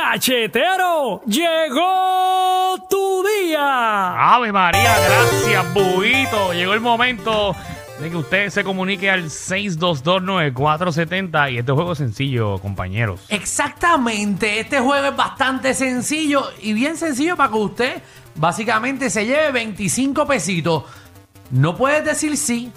¡Cachetero! ¡Llegó tu día! Ave María, gracias, Buito. Llegó el momento de que usted se comunique al 6229470 y este juego es sencillo, compañeros. Eh, Exactamente, este juego es bastante sencillo y bien sencillo para que usted básicamente se lleve 25 pesitos. No puedes decir sí,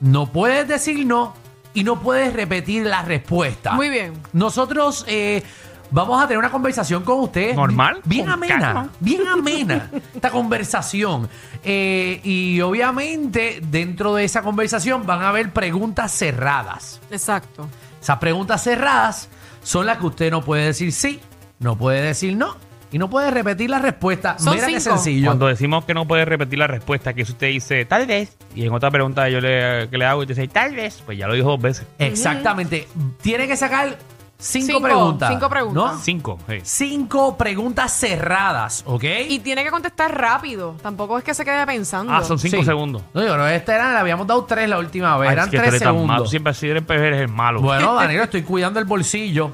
no puedes decir no y no puedes repetir la respuesta. Muy bien. Nosotros eh, vamos a tener una conversación con usted. Normal, Bien con amena, calma. bien amena esta conversación. Eh, y obviamente dentro de esa conversación van a haber preguntas cerradas. Exacto. Esas preguntas cerradas son las que usted no puede decir sí, no puede decir no y no puede repetir la respuesta. Son Mira qué cinco. sencillo. Cuando decimos que no puede repetir la respuesta, que si usted dice tal vez, y en otra pregunta yo le, que le hago y te dice tal vez, pues ya lo dijo dos veces. Exactamente. Tiene que sacar cinco, Cinco, preguntas. cinco preguntas. ¿no? Cinco. sí. Cinco preguntas cerradas, ¿ok? Y tiene que contestar rápido. Tampoco es que se quede pensando. Ah, son cinco Sí. segundos. No, yo no, esta era, le habíamos dado tres la última vez. Ay, Eran es que tú tres eres tan malo. Tú segundos. Siempre si eres el peor, eres el malo. Bueno, Danilo, estoy cuidando el bolsillo.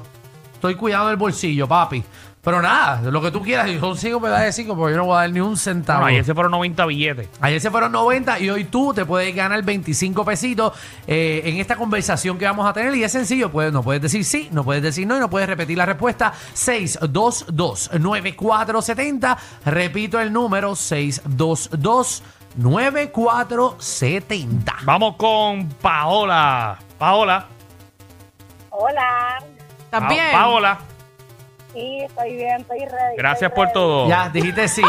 Estoy cuidando el bolsillo, papi. Pero nada, lo que tú quieras, si son cinco, me das de cinco, porque yo no voy a dar ni un centavo. Bueno, ayer se fueron 90 billetes. Ayer se fueron 90 y hoy tú te puedes ganar 25 pesitos eh, en esta conversación que vamos a tener. Y es sencillo, pues, no puedes decir sí, no puedes decir no y no puedes repetir la respuesta. 622-9470. Repito el número, 622-9470. Vamos con Paola. Paola. Hola, ¿Estás Pa- bien? Paola. sí, estoy bien, estoy ready. Gracias estoy por ready. todo. Ya, dijiste sí.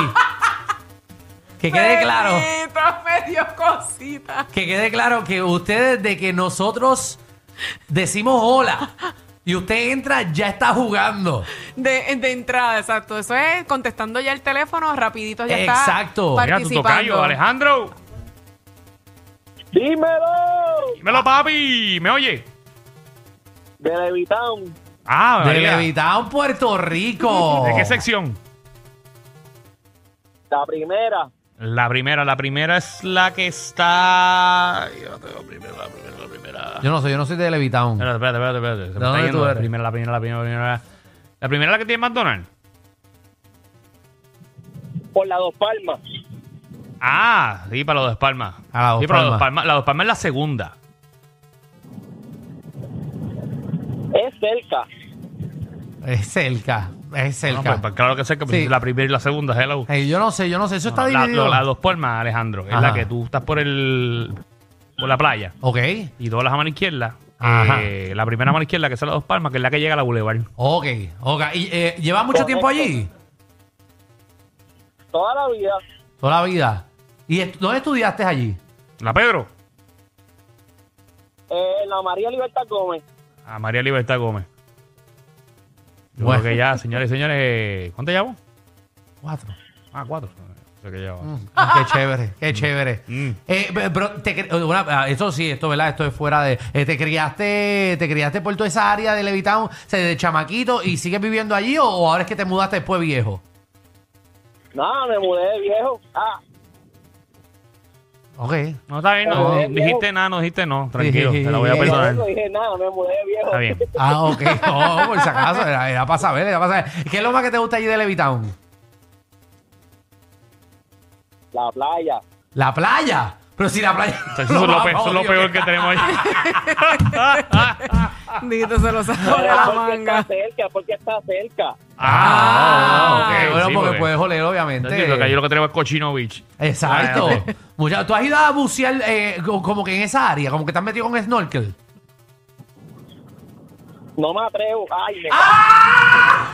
que quede Pues, claro. Bendito, me dio cosita. Que quede claro que usted desde que nosotros decimos hola y usted entra, ya está jugando. De, de entrada, exacto. Eso es contestando ya el teléfono rapidito. Ya está Exacto. Mira, tu participando. tocayo, Alejandro. ¡Dímelo! Dímelo, papi. ¿Me oye? De Levitown, Ah, De María. Levitown, Puerto Rico. ¿De qué sección? la primera. La primera, la primera es la que está. Yo no tengo primera, la primera, la primera. Yo no soy, yo no soy de Levitown. Espérate, espérate, espérate, espérate. Se me ¿De está dónde yendo tú la eres? primera, la primera, la primera, la primera. La primera es la que tiene McDonald's. Por las dos palmas. Ah, sí, para los dos palmas. Ah, la Dos sí, para los dos Palmas. palmas. La dos palmas es la segunda. Es cerca. Es cerca. Es No, cerca. pues, pues, claro que sé que Sí. la primera y la segunda, hello. Ey, yo no sé, yo no sé. Eso está No, la, dividido. lo- la dos palmas, Alejandro. Es Ajá. la que tú estás por el. por la playa. Ok. Y todas las a mano izquierda. Ajá. eh, la primera mano izquierda, que es la dos palmas, que es la que llega a la Boulevard. Ok. Ok. ¿Y eh, lleva mucho tiempo allí? Toda la vida. Toda la vida. ¿Y est- dónde estudiaste allí? La Pedro. eh, en la María Libertad Gómez. A María Libertad Gómez. Yo Bueno. creo que ya, señores y señores, eh, ¿cuánto llevamos? Cuatro. Ah, cuatro. Creo que llevamos. Mm, qué chévere, qué chévere. Mm. Eh, pe- pero te cre- eh, una- ah, esto sí, esto, ¿verdad? Esto es fuera de. eh, ¿Te criaste te criaste por toda esa área de Levitown, o sea, de chamaquito, y sigues viviendo allí o, o ahora es que te mudaste después viejo? Nada, me mudé de viejo. Ah, Ok. No, está bien, no, Eh, dijiste nada, no dijiste no. Tranquilo, Sí, te la voy a sí, perdonar. no dije nada, me mudé de viejo. Pues Está bien. Ah, ok. No, por si acaso, era, era para saber, era para saber. ¿Qué es lo más que te gusta allí de Levitown? La playa. La playa. Pero si la playa. O sea, Eso es lo, pe- eso es lo peor que tenemos ahí. Dito se lo sacó de la Porque está manga. cerca, porque está cerca. Ah, Ah, ok. Ah, Bueno, sí, porque puedes oler, obviamente. Entonces, lo que yo lo que tenemos es Cochino Beach. Exacto. Ah, Mucha- ¿Tú has ido a bucear eh, co- como que en esa área? Como que te has metido con snorkel. No me atrevo. Ay, me Ah.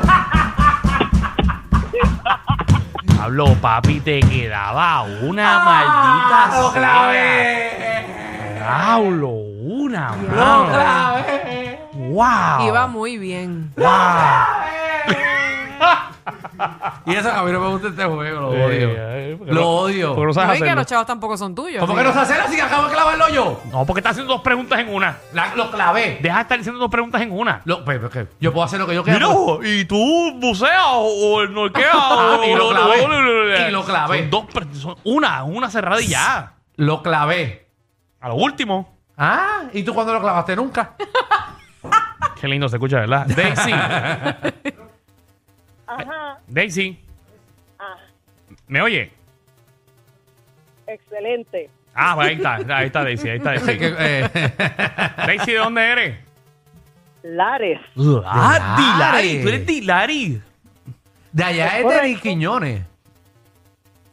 Pablo, papi, te quedaba una maldita ¡Lo sola. clavé! Pablo, una, ¡Lo mano. clavé! ¡Wow! Iba muy bien. Y eso que a mí no me gusta este juego, lo Eh, odio. eh, porque lo no- odio. porque no No, sabes y que hacerlo. los chavos tampoco son tuyos. ¿Cómo que no se hace así que acabo de clavarlo yo? No, porque estás haciendo dos preguntas en una. La- lo clavé. Deja de estar diciendo dos preguntas en una. Lo- pero es que yo puedo hacer lo que yo quiera. Mira, y tú buceas o, o el norqueas o, Y lo o- clavé. o- Y lo clavé. Son dos, pre- son una, una cerrada y ya. Lo clavé. A lo último. Ah, ¿y tú cuándo lo clavaste? Nunca. Qué lindo se escucha, ¿verdad? Daisy. Ajá, Daisy. ah, ¿Me oye? excelente. Ah, ahí está. Ahí está Daisy. Ahí está Daisy. Que, eh, Daisy, ¿de dónde eres? Lares, Ah, Dilari. Dilari. Tú eres Dilari. de allá es de Luis Quiñones.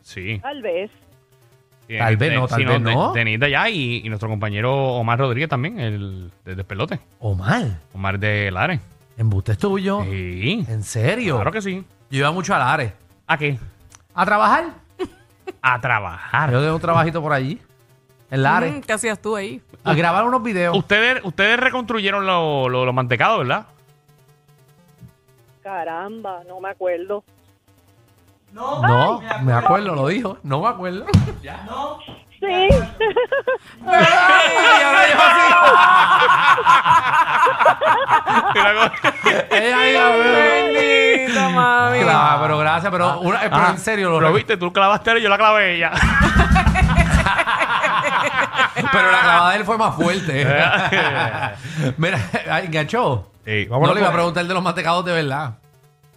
Sí. Este, tal vez. Tal vez no, tal vez no. Denita ya y, y nuestro compañero Omar Rodríguez también, el de Despelote. Omar, Omar de Lares. embuste es tuyo. Sí. Oh. ¿En serio? Claro que sí. Yo iba mucho a Lares. ¿A qué? ¿A trabajar? A trabajar. Yo tengo un trabajito por allí. En Lares. Mm, ¿Qué hacías tú ahí? A grabar unos videos. Ustedes, ustedes reconstruyeron lo- lo- los mantecados, ¿verdad? Caramba, no me acuerdo. No, me acuerdo, lo dijo. No me acuerdo. Sí, Y ahora yo así. Ella dijo, "Bueno". Bendito, mami. Claro, pero gracias, pero, una- eh, pero en serio, lo Ah. Lo viste, tú clavaste a él y yo la clavé a ella. Pero la clavada de él fue más fuerte. Mira, ay, enganchó. Sí, No Eh. vámonos le iba a con- preguntar de los mantecados de verdad.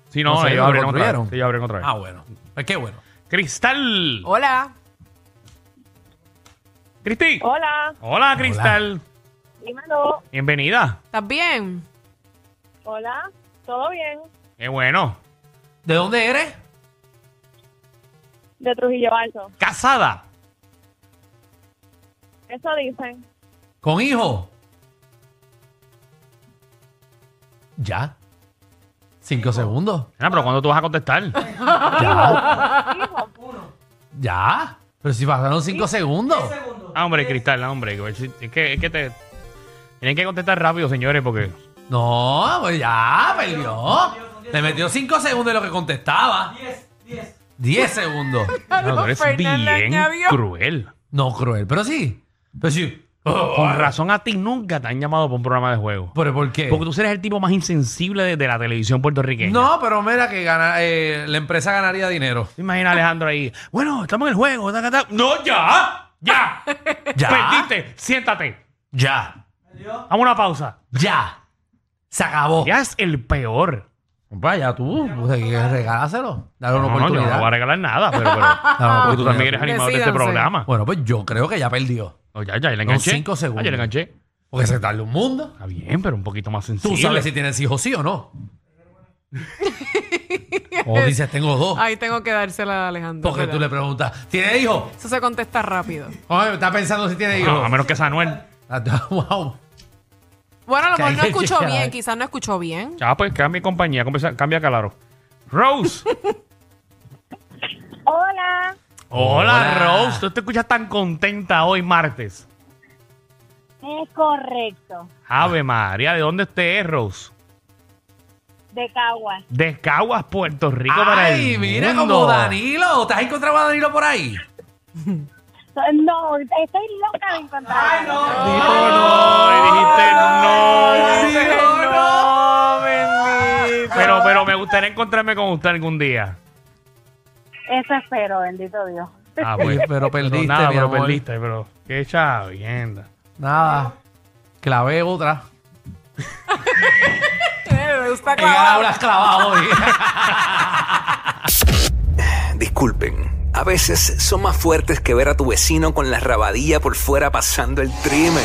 Sí, No no, sé, ellos ¿lo abrieron otra vez. reconstruyeron? Ellos abrieron otra vez. Ah, bueno. Pues qué bueno. Cristal. Hola. Cristi. hola, Hola, Cristal. dímelo. Bienvenida. ¿Estás bien? Hola, ¿todo bien? Qué bueno. ¿De dónde eres? De Trujillo Alto. Casada. Eso dicen. ¿Con hijo? Ya. Cinco segundos. Nena, pero ¿cuándo tú vas a contestar? Ya. Pero si pasaron cinco segundos. ah, hombre, Cristal, ah, hombre. Es que, es que te... Tienen que contestar rápido, señores, porque... No, pues ya, perdió. Le metió cinco segundos de lo que contestaba. Diez segundos. No, tú eres bien Fernanda añadió. cruel. No, cruel, pero sí. Pero sí. Oh, Con razón a ti nunca te han llamado para un programa de juego. ¿Pero por qué? Porque tú eres el tipo más insensible de, de la televisión puertorriqueña. No, pero mira que gana, eh, la empresa ganaría dinero. ¿Te imaginas a Alejandro ahí? Bueno, estamos en el juego. ta, ta, ta". No, ya. Ya. Ya. Perdiste. Siéntate. Ya. Haz una pausa. Ya. Se acabó. Ya es el peor. Vaya tú, pues, hay que regalárselo. Dale No, una no, yo no oportunidad. le voy a regalar nada, pero, pero Dale una porque tú también oportunidad. eres animador de este Decídanse. programa. Bueno, pues yo creo que ya perdió. No, ya, ya, ya le No, enganché. cinco segundos. Ah, ya le enganché. Porque se tarda un mundo. Está bien, pero un poquito más Tú sencillo. sabes si tienes hijos sí o no. o dices, tengo dos. Ahí tengo que dársela a Alejandro. porque tú le preguntas, ¿tiene hijos? Eso se contesta rápido. Oye, está pensando si tiene No, Ah, a hijos. menos que sea Anuel. Ah, Wow. Bueno, a lo Que mejor hay no que escuchó llegar. bien, quizás no escuchó bien. Ya, pues cambia compañía, cambia, cambia Calaro. Rose. Hola, Hola, Hola. Rose. Tú te escuchas tan contenta hoy martes. es correcto. Ave María, ¿de dónde estés, Rose? De Caguas. De Caguas, Puerto Rico para el Ay, mira mundo. como Danilo. ¿Te has encontrado a Danilo por ahí? So- No, estoy loca de encontrar. Dijo no, y dijiste no. Ay, Dijo no. Pero, pero me gustaría encontrarme con usted algún día. Eso espero, bendito Dios. Ah, Oye, pero perdiste, nada, mi pero amor. perdiste, pero qué chavienda. Nada. Clavé otra. Me gusta He ganado clavar. las clavadas hoy. Disculpen, A veces son más fuertes que ver a tu vecino con la rabadilla por fuera pasando el trimen.